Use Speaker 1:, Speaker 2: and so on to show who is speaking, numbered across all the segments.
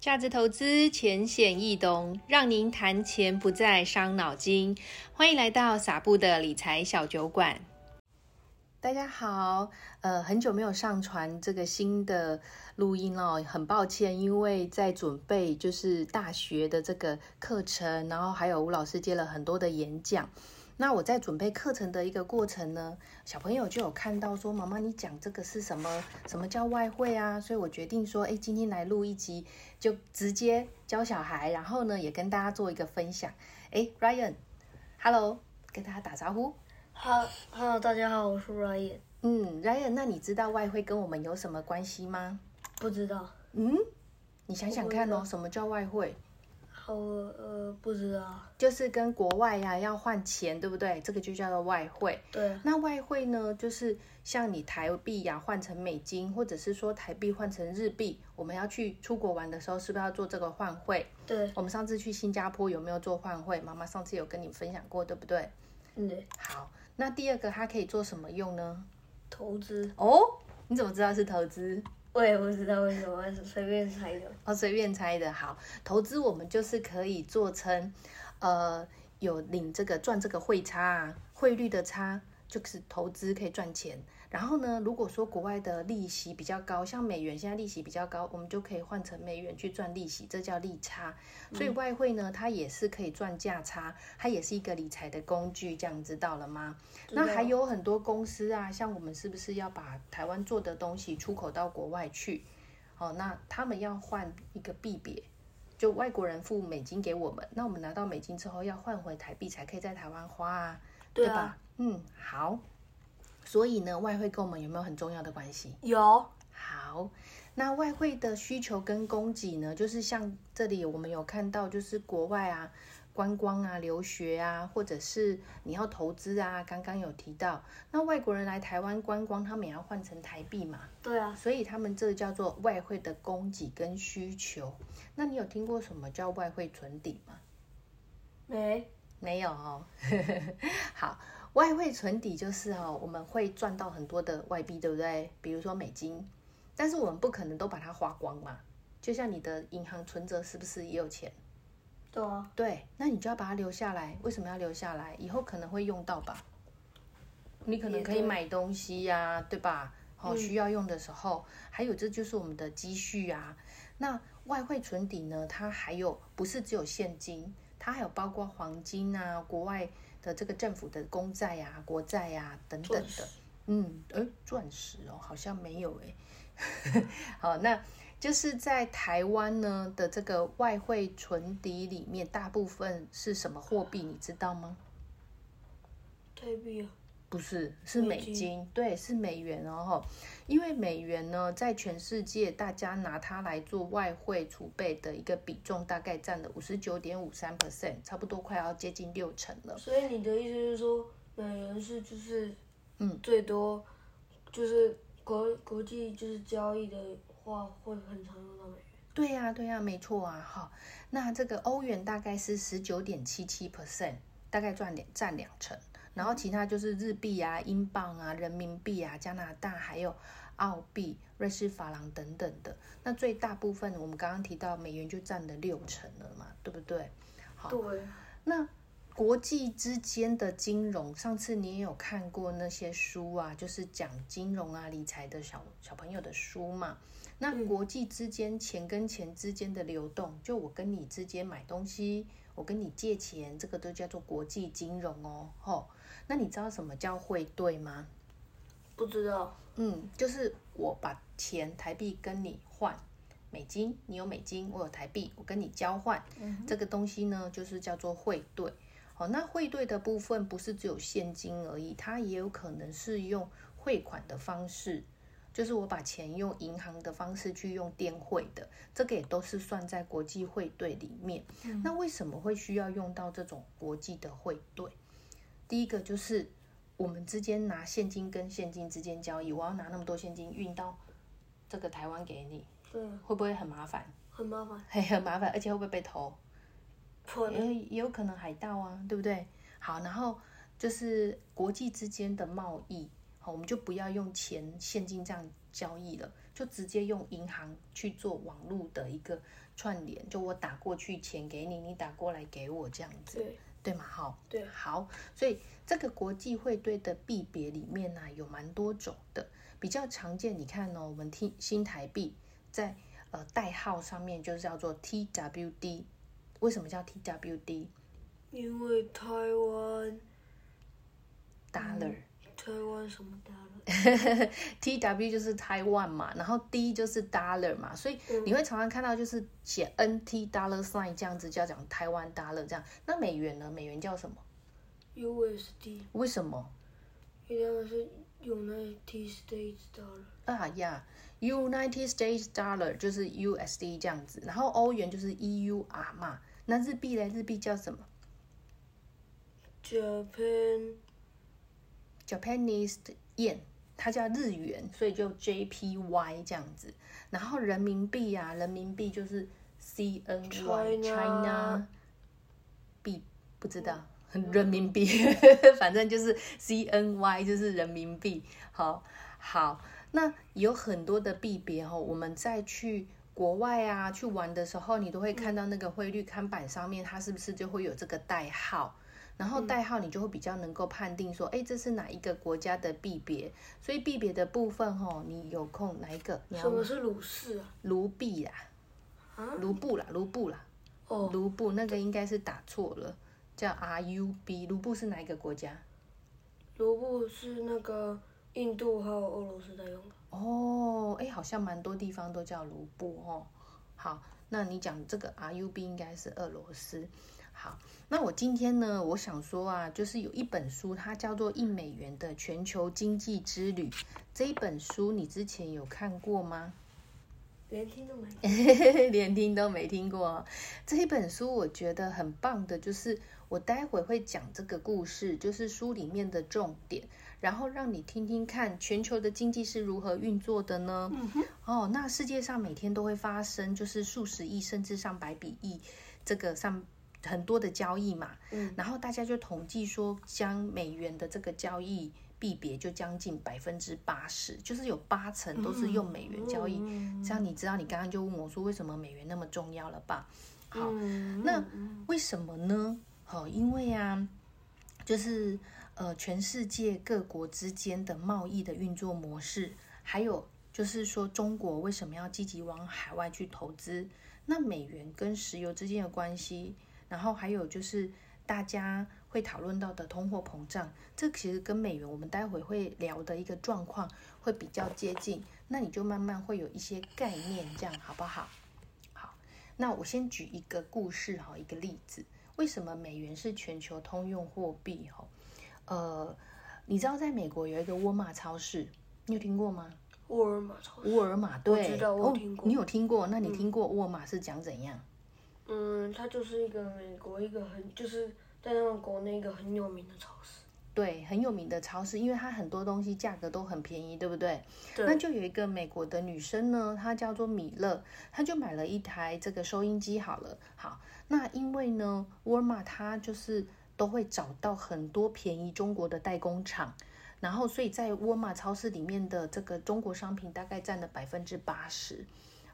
Speaker 1: 价值投资浅显易懂，让您谈钱不再伤脑筋。欢迎来到撒布的理财小酒馆。大家好，呃，很久没有上传这个新的录音了，很抱歉，因为在准备就是大学的这个课程，然后还有吴老师接了很多的演讲。那我在准备课程的一个过程呢，小朋友就有看到说，妈妈你讲这个是什么？什么叫外汇啊？所以我决定说，哎，今天来录一集，就直接教小孩，然后呢也跟大家做一个分享。哎，Ryan，Hello，跟大家打招呼。
Speaker 2: 哈，Hello，大家好，我是 Ryan。
Speaker 1: 嗯，Ryan，那你知道外汇跟我们有什么关系吗？
Speaker 2: 不知道，
Speaker 1: 嗯，你想想看
Speaker 2: 我
Speaker 1: 哦，
Speaker 2: 不知道
Speaker 1: 什么叫外汇？
Speaker 2: 好，呃，不知道，
Speaker 1: 就是跟国外呀、要换钱，对不对？这个就叫做外汇。
Speaker 2: 对，
Speaker 1: 那外汇呢，就是像你台币呀、换成美金，或者是说台币换成日币，我们要去出国玩的时候，是不是要做这个换汇？
Speaker 2: 对，
Speaker 1: 我们上次去新加坡有没有做换汇？妈妈上次有跟你分享过，对不对？
Speaker 2: 对，
Speaker 1: 好，那第二个它可以做什么用呢？
Speaker 2: 投资，
Speaker 1: 哦，你怎么知道是投资？
Speaker 2: 我也不知道为什么，随便猜的。
Speaker 1: 哦，随便猜的。好，投资我们就是可以做成，呃，有领这个赚这个汇差啊，汇率的差，就是投资可以赚钱。然后呢，如果说国外的利息比较高，像美元现在利息比较高，我们就可以换成美元去赚利息，这叫利差。所以外汇呢，它也是可以赚价差，它也是一个理财的工具，这样知道了吗？那还有很多公司啊，像我们是不是要把台湾做的东西出口到国外去？哦，那他们要换一个币别，就外国人付美金给我们，那我们拿到美金之后要换回台币才可以在台湾花啊，
Speaker 2: 对啊
Speaker 1: 吧？嗯，好。所以呢，外汇跟我们有没有很重要的关系？
Speaker 2: 有，
Speaker 1: 好，那外汇的需求跟供给呢，就是像这里我们有看到，就是国外啊、观光啊、留学啊，或者是你要投资啊，刚刚有提到，那外国人来台湾观光，他们也要换成台币嘛，
Speaker 2: 对啊，
Speaker 1: 所以他们这叫做外汇的供给跟需求。那你有听过什么叫外汇存底吗？
Speaker 2: 没，
Speaker 1: 没有哦。 好，外汇存底就是哦，我们会赚到很多的外币，对不对？比如说美金，但是我们不可能都把它花光嘛。就像你的银行存折是不是也有钱？
Speaker 2: 对啊，
Speaker 1: 对，那你就要把它留下来。为什么要留下来？以后可能会用到吧？你可能
Speaker 2: 也
Speaker 1: 可
Speaker 2: 对
Speaker 1: 以买东西呀、对吧？好、哦，
Speaker 2: 嗯
Speaker 1: 需要用的时候，还有这就是我们的积蓄啊。那外汇存底呢？它还有不是只有现金，它还有包括黄金啊、国外的这个政府的公债呀、啊、国债呀、啊、等等
Speaker 2: 钻石
Speaker 1: 的。嗯，呃，钻石哦，好像没有诶。 好，那就是在台湾呢的这个外汇存底里面，大部分是什么货币？你知道吗？
Speaker 2: 退避啊，
Speaker 1: 不是，是
Speaker 2: 美
Speaker 1: 美
Speaker 2: 金
Speaker 1: 金，对，是美元哦吼。因为美元呢，在全世界大家拿它来做外汇储备的一个比重，大概占了五十九点五三 percent，差不多快要接近六成了。
Speaker 2: 所以你的意思是说，美元是就是，
Speaker 1: 嗯，
Speaker 2: 最多就是国国际就是交易的话，会很常用到美元。
Speaker 1: 对呀、对呀、没错啊，哈。那这个欧元大概是十九点七七 percent，大概赚两占两成，然后其他就是日币啊、英镑啊、人民币啊、加拿大还有澳币、瑞士法郎等等的。那最大部分我们刚刚提到美元就占了六成了嘛，对不对？好
Speaker 2: 对，
Speaker 1: 那国际之间的金融，上次你也有看过那些书啊，就是讲金融啊、理财的小小朋友的书嘛。那国际之间钱跟钱之间的流动，就我跟你之间买东西，我跟你借钱，这个都叫做国际金融哦。吼、那你知道什么叫汇兑吗？
Speaker 2: 不知道，
Speaker 1: 嗯，就是我把钱台币跟你换美金，你有美金，我有台币，我跟你交换，这个东西呢就是叫做汇兑。好，那汇兑的部分不是只有现金而已，它也有可能是用汇款的方式，就是我把钱用银行的方式去用电汇的，这个也都是算在国际汇兑里面。那为什么会需要用到这种国际的汇兑？第一个就是我们之间拿现金跟现金之间交易，我要拿那么多现金运到这个台湾给你，
Speaker 2: 对啊，
Speaker 1: 会不会很麻烦？
Speaker 2: 很麻烦，
Speaker 1: 嘿，很麻烦，而且会不会被偷？
Speaker 2: 破
Speaker 1: 也也有可能海盗啊，对不对？好，然后就是国际之间的贸易，好，我们就不要用钱现金这样交易了，就直接用银行去做网络的一个串联，就我打过去钱给你，你打过来给我这样子，
Speaker 2: 对
Speaker 1: 对吗？好，
Speaker 2: 对
Speaker 1: 好，所以这个国际汇兑的币别里面呢、有蛮多种的，比较常见。你看哦，我们 T 新台币在呃代号上面就叫做 TWD，为什么叫 TWD
Speaker 2: 因为台湾嗯
Speaker 1: dollar？、
Speaker 2: 台湾什么大陆
Speaker 1: T W 就是 Taiwan 嘛，然后 D 就是 dollar 嘛，所以你会常常看到就是写 N T dollar sign 这样子，叫讲台湾 dollar 这样。那美元呢？美元叫什么？
Speaker 2: USD，
Speaker 1: 为什么？
Speaker 2: 因为他们是 United States dollar，
Speaker 1: 啊呀，United States dollar 就是 U S D 这样子，然后欧元就是 E U R 嘛。那日币嘞？日币叫什么
Speaker 2: Japan
Speaker 1: ？Japanese yen，它叫日元，所以就 J P Y 这样子。然后人民币啊，人民币就是 C N Y
Speaker 2: China
Speaker 1: China 币，不知道人民币， 反正就是 C N Y 就是人民币。好，好，那有很多的币别哦，我们再去。国外啊，去玩的时候，你都会看到那个汇率看板上面，它是不是就会有这个代号？然后代号你就会比较能够判定说，哎，这是哪一个国家的币别？所以币别的部分哦，你有空哪一个？你要
Speaker 2: 什么是鲁氏啊？
Speaker 1: 卢币啦，卢布啦，卢布啦，
Speaker 2: 哦，
Speaker 1: 卢布那个应该是打错了，叫 RUB。卢布是哪一个国家？
Speaker 2: 卢布是那个印度还有俄罗斯在用的，
Speaker 1: 哦，哎，好像蛮多地方都叫卢布哦。好，那你讲这个 RUB 应该是俄罗斯。好，那我今天呢，我想说啊，就是有一本书，它叫做《一美元的全球经济之旅》。这一本书你之前有看过吗？
Speaker 2: 连听都没有。
Speaker 1: 连听都没听过哦、这一本书，我觉得很棒的，就是我待会会讲这个故事，就是书里面的重点，然后让你听听看全球的经济是如何运作的呢？哦，那世界上每天都会发生，就是数十亿甚至上百比亿这个上很多的交易嘛，
Speaker 2: 嗯，
Speaker 1: 然后大家就统计说，将美元的这个交易。币别就将近百分之八十，就是有八成都是用美元交易，
Speaker 2: 嗯
Speaker 1: 这样你知道，你刚刚就问我说，为什么美元那么重要了吧？好，
Speaker 2: 嗯
Speaker 1: 那
Speaker 2: 嗯
Speaker 1: 为什么呢？好、因为啊，就是呃，全世界各国之间的贸易的运作模式，还有就是说，中国为什么要积极往海外去投资？那美元跟石油之间的关系，然后还有就是大家会讨论到的通货膨胀，这其实跟美元我们待会会聊的一个状况会比较接近，那你就慢慢会有一些概念，这样好不好？好，那我先举一个故事哈，一个例子，为什么美元是全球通用货币？哈，呃，你知道在美国有一个沃尔玛超市，你有听过吗？
Speaker 2: 沃尔玛超市，
Speaker 1: 沃尔玛对，
Speaker 2: 知道我有听过
Speaker 1: 哦，你有听过？那你听过沃尔玛是讲怎样？
Speaker 2: 嗯，它就是一个美国一个很就是在他们国内一个很有名的超市。
Speaker 1: 对，很有名的超市，因为它很多东西价格都很便宜，对不对？
Speaker 2: 对
Speaker 1: 那就有一个美国的女生呢，她叫做米勒，她就买了一台这个收音机。好了，好，那因为呢，沃尔玛它就是都会找到很多便宜中国的代工厂，然后所以在沃尔玛超市里面的这个中国商品大概占了百分之八十。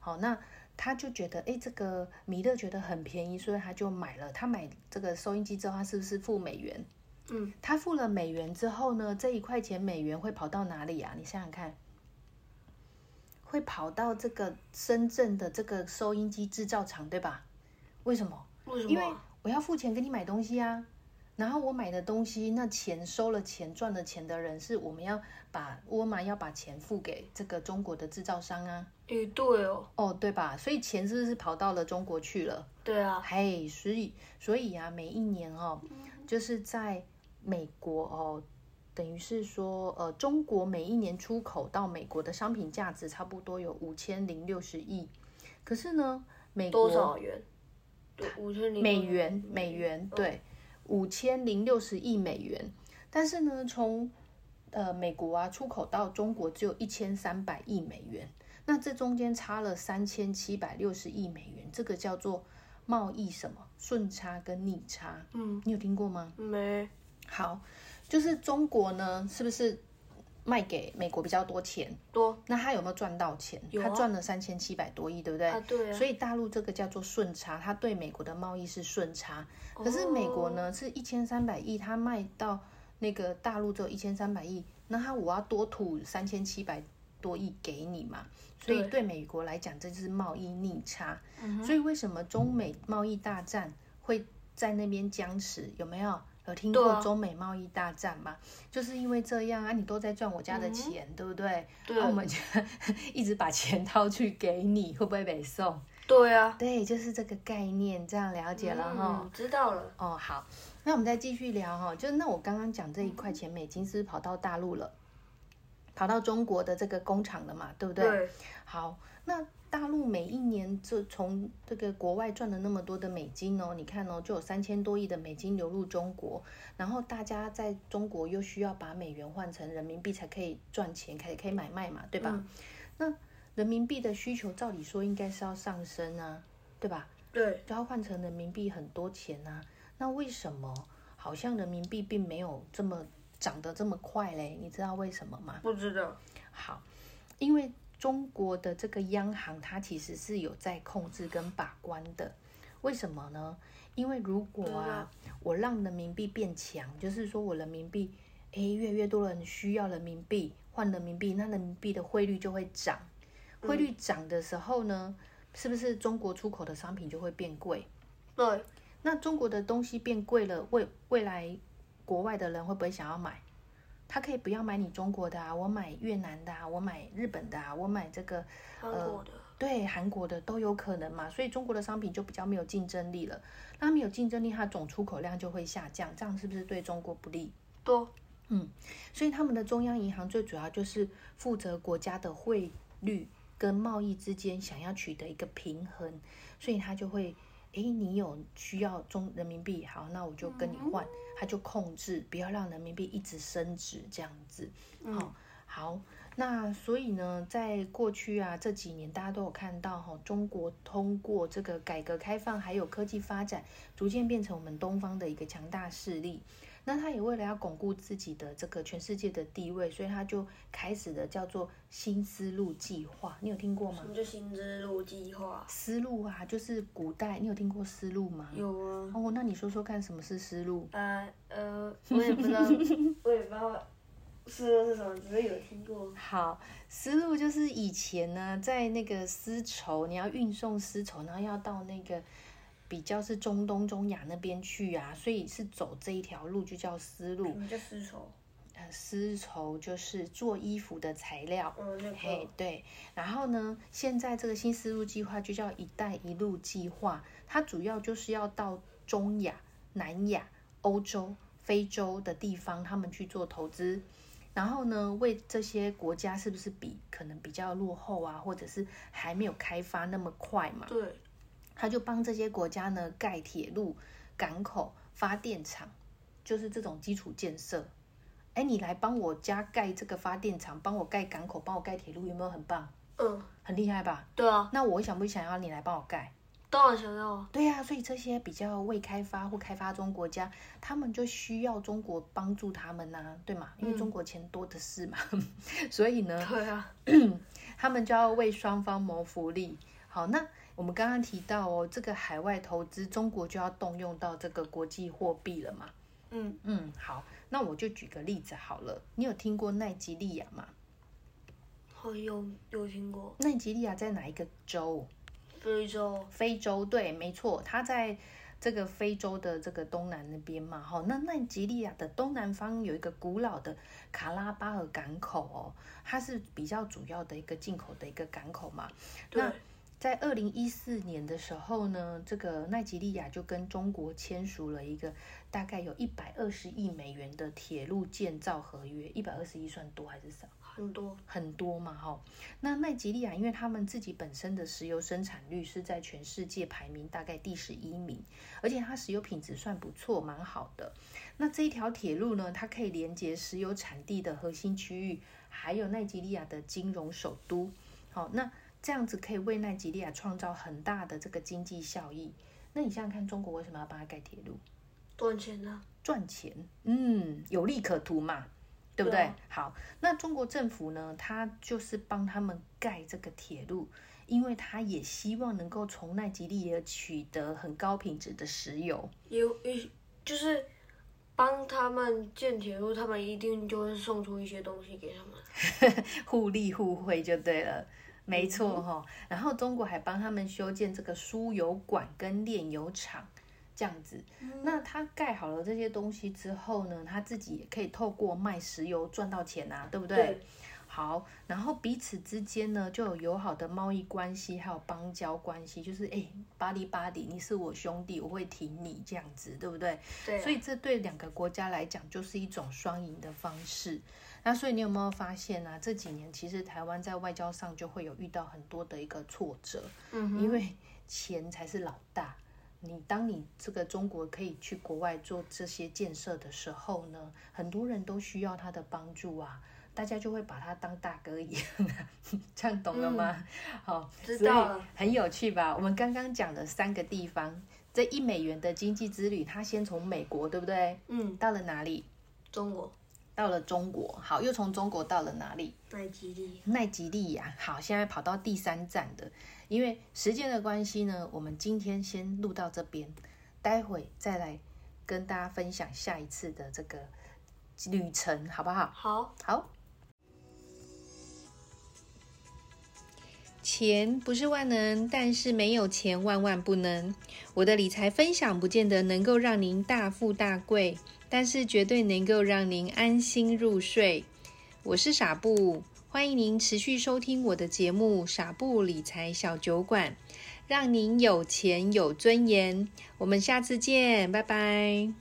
Speaker 1: 好，那他就觉得，哎，这个米勒觉得很便宜，所以他就买了。他买这个收音机之后，他是不是付美元？
Speaker 2: 嗯，
Speaker 1: 他付了美元之后呢，这一块钱美元会跑到哪里啊？你想想看，会跑到这个深圳的这个收音机制造厂，对吧？为什么？
Speaker 2: 为什
Speaker 1: 哦因为
Speaker 2: 么啊？
Speaker 1: 我要付钱给你买东西啊。然后我买的东西，那钱收了钱赚了钱的人是我们要把沃尔玛要把钱付给这个中国的制造商啊，
Speaker 2: 也对哦，
Speaker 1: 哦，对吧？所以钱是不是跑到了中国去了？
Speaker 2: 对啊，
Speaker 1: 嘿，哎所以所以啊，每一年哦，就是在美国哦，等于是说，呃，中国每一年出口到美国的商品价值差不多有五千零六十亿，可是呢，美国
Speaker 2: 多少啊元？对，五千零
Speaker 1: 美元，美
Speaker 2: 嗯
Speaker 1: 元对，五千零六十亿美元。但是呢，从呃美国啊出口到中国只有一千三百亿美元，那这中间差了三千七百六十亿美元，这个叫做贸易什么顺差跟逆差。
Speaker 2: 嗯，
Speaker 1: 你有听过吗？
Speaker 2: 没
Speaker 1: 好，就是中国呢，是不是卖给美国比较多钱，
Speaker 2: 多
Speaker 1: 那他有没有赚到钱？
Speaker 2: 有啊
Speaker 1: 他赚了三千七百多亿，对不对？
Speaker 2: 啊，对啊。
Speaker 1: 所以大陆这个叫做顺差，它对美国的贸易是顺差。
Speaker 2: 哦
Speaker 1: 可是美国呢，是一千三百亿，它卖到那个大陆只有一千三百亿，那它我要多吐三千七百多亿给你嘛。所以对美国来讲，这就是贸易逆差。
Speaker 2: 嗯
Speaker 1: 所以为什么中美贸易大战会在那边僵持？有没有？有听
Speaker 2: 对
Speaker 1: 过
Speaker 2: 啊
Speaker 1: 中美贸易大战吗？就是因为这样啊，你都在赚我家的钱，对不对？
Speaker 2: 嗯对
Speaker 1: 啊我们就 一直把钱掏去给你，会不会被送？
Speaker 2: 对啊，
Speaker 1: 对，就是这个概念，这样了解了哈。
Speaker 2: 嗯，知道了。
Speaker 1: 哦，好，那我们再继续聊哈、就是那我刚刚讲这一
Speaker 2: 嗯
Speaker 1: 块钱，美金是不是跑到大陆了，跑到中国的这个工厂了嘛，对不对？
Speaker 2: 对，
Speaker 1: 好，那大陆每一年就从这个国外赚了那么多的美金哦，你看哦，就有三千多亿的美金流入中国，然后大家在中国又需要把美元换成人民币才可以赚钱，才可以买卖嘛，对吧？
Speaker 2: 嗯
Speaker 1: 那人民币的需求照理说应该是要上升啊，对吧？
Speaker 2: 对，
Speaker 1: 交换成人民币很多钱呐、那为什么好像人民币并没有这么涨得这么快嘞？你知道为什么吗？
Speaker 2: 不知道。
Speaker 1: 好，因为中国的这个央行它其实是有在控制跟把关的，为什么呢？因为如果啊，我让人民币变强，就是说我人民币，诶，越来越多人需要人民币换人民币，那人民币的汇率就会涨，汇率涨的时候呢，是不是中国出口的商品就会变贵？呃
Speaker 2: 对，
Speaker 1: 那中国的东西变贵了，未未来国外的人会不会想要买？他可以不要买你中国的啊，我买越南的啊，我买日本的啊，我买这个
Speaker 2: 韩国的。
Speaker 1: 对韩国的都有可能嘛，所以中国的商品就比较没有竞争力了。那没有竞争力，它总出口量就会下降，这样是不是对中国不利？嗯
Speaker 2: 多
Speaker 1: 所以他们的中央银行最主要就是负责国家的汇率跟贸易之间想要取得一个平衡，所以他就会，诶，你有需要中人民币，好，那我就跟你换，他就控制，不要让人民币一直升值这样子。
Speaker 2: 嗯
Speaker 1: 好、好，那所以呢，在过去啊这几年，大家都有看到哈、中国通过这个改革开放还有科技发展，逐渐变成我们东方的一个强大势力。那他也为了要巩固自己的这个全世界的地位，所以他就开始了叫做新丝路计划。你有听过吗
Speaker 2: 什？么叫新之路计划？
Speaker 1: 丝路啊，就是古代，你有听过丝路吗？
Speaker 2: 有啊。
Speaker 1: 哦，那你说说看，什么是丝路？
Speaker 2: 呃 呃，我也不知道，我也不知道是是什么，只是有听过。
Speaker 1: 好，丝路就是以前呢，在那个丝绸，你要运送丝绸，然后要到那个比较是中东、中亚那边去啊，所以是走这一条路就叫丝
Speaker 2: 什
Speaker 1: 路。
Speaker 2: 么叫丝绸？
Speaker 1: 呃，丝绸就是做衣服的材料。
Speaker 2: 嗯，那
Speaker 1: 嘿
Speaker 2: 个，
Speaker 1: 对，然后呢，现在这个新丝路计划就叫“一带一路”计划，它主要就是要到中亚、南亚、欧洲、非洲的地方，他们去做投资，然后呢，为这些国家是不是比可能比较落后啊，或者是还没有开发那么快嘛，
Speaker 2: 对，
Speaker 1: 他就帮这些国家呢盖铁路、港口、发电厂，就是这种基础建设。哎，你来帮我家盖这个发电厂，帮我盖港口，帮我盖铁路，有没有很棒？
Speaker 2: 嗯，
Speaker 1: 很厉害吧？
Speaker 2: 对啊，
Speaker 1: 那我想不想要你来帮我盖？
Speaker 2: 当然想要啊。
Speaker 1: 嗯对呀、所以这些比较未开发或开发中国家，他们就需要中国帮助他们呐、对吗？因为中国钱多的是嘛，所以呢，
Speaker 2: 对啊，
Speaker 1: 他们就要为双方谋福利。好，那我们刚刚提到哦，这个海外投资，中国就要动用到这个国际货币了嘛。
Speaker 2: 嗯，
Speaker 1: 嗯，好，那我就举个例子好了。你有听过奈及利亚吗？
Speaker 2: 好有有听过
Speaker 1: 奈及利亚在哪一个州？
Speaker 2: 非洲，
Speaker 1: 非洲，对，没错，它在这个非洲的这个东南那边嘛，哈、那奈及利亚的东南方有一个古老的卡拉巴尔港口哦，它是比较主要的一个进口的一个港口嘛。
Speaker 2: 对
Speaker 1: 那在二零一四年的时候呢，这个奈及利亚就跟中国签署了一个大概有一百二十亿美元的铁路建造合约，一百二十亿算多还是少？
Speaker 2: 很多，
Speaker 1: 很多嘛，哈。那奈及利亚因为他们自己本身的石油生产率是在全世界排名大概第十一名，而且它石油品质算不错，蛮好的。那这一条铁路呢，它可以连接石油产地的核心区域，还有奈及利亚的金融首都。好，那这样子可以为奈及利亚创造很大的这个经济效益。那你想想看，中国为什么要帮他盖铁路？
Speaker 2: 赚钱呢。
Speaker 1: 赚钱，嗯，有利可图嘛。对不对？
Speaker 2: 对啊
Speaker 1: 好，那中国政府呢，他就是帮他们盖这个铁路，因为他也希望能够从奈及利亚取得很高品质的石油。
Speaker 2: 有一就是帮他们建铁路，他们一定就会送出一些东西给他们。
Speaker 1: 互利互惠就对了，没错哈、然后中国还帮他们修建这个输油管跟炼油厂，这样子。那他盖好了这些东西之后呢，他自己也可以透过卖石油赚到钱啊，对不对？
Speaker 2: 对
Speaker 1: 好，然后彼此之间呢就有友好的贸易关系，还有邦交关系，就是哎，巴黎巴黎，你是我兄弟，我会挺你这样子，对不对？
Speaker 2: 对啊
Speaker 1: 所以这对两个国家来讲就是一种双赢的方式。那所以你有没有发现啊？这几年其实台湾在外交上就会有遇到很多的一个挫折，
Speaker 2: 嗯哼
Speaker 1: 因为钱才是老大。你当你这个中国可以去国外做这些建设的时候呢，很多人都需要他的帮助啊，大家就会把他当大哥一样啊， 这样懂了吗？
Speaker 2: 嗯
Speaker 1: 好，
Speaker 2: 知
Speaker 1: 所以
Speaker 2: 道了
Speaker 1: 很有趣吧？我们刚刚讲的三个地方，这一美元的经济之旅，它先从美国，对不对？
Speaker 2: 嗯，
Speaker 1: 到了哪里？
Speaker 2: 中国
Speaker 1: 到了中国，好，又从中国到了哪里？
Speaker 2: 奈及利亚，
Speaker 1: 奈及利亚。好，现在跑到第三站的，因为时间的关系呢，我们今天先录到这边，待会再来跟大家分享下一次的这个旅程，好不好？
Speaker 2: 好，
Speaker 1: 好。钱不是万能，但是没有钱万万不能。我的理财分享不见得能够让您大富大贵，但是绝对能够让您安心入睡。我是傻布，欢迎您持续收听我的节目《傻布理财小酒馆》，让您有钱有尊严。我们下次见，拜拜。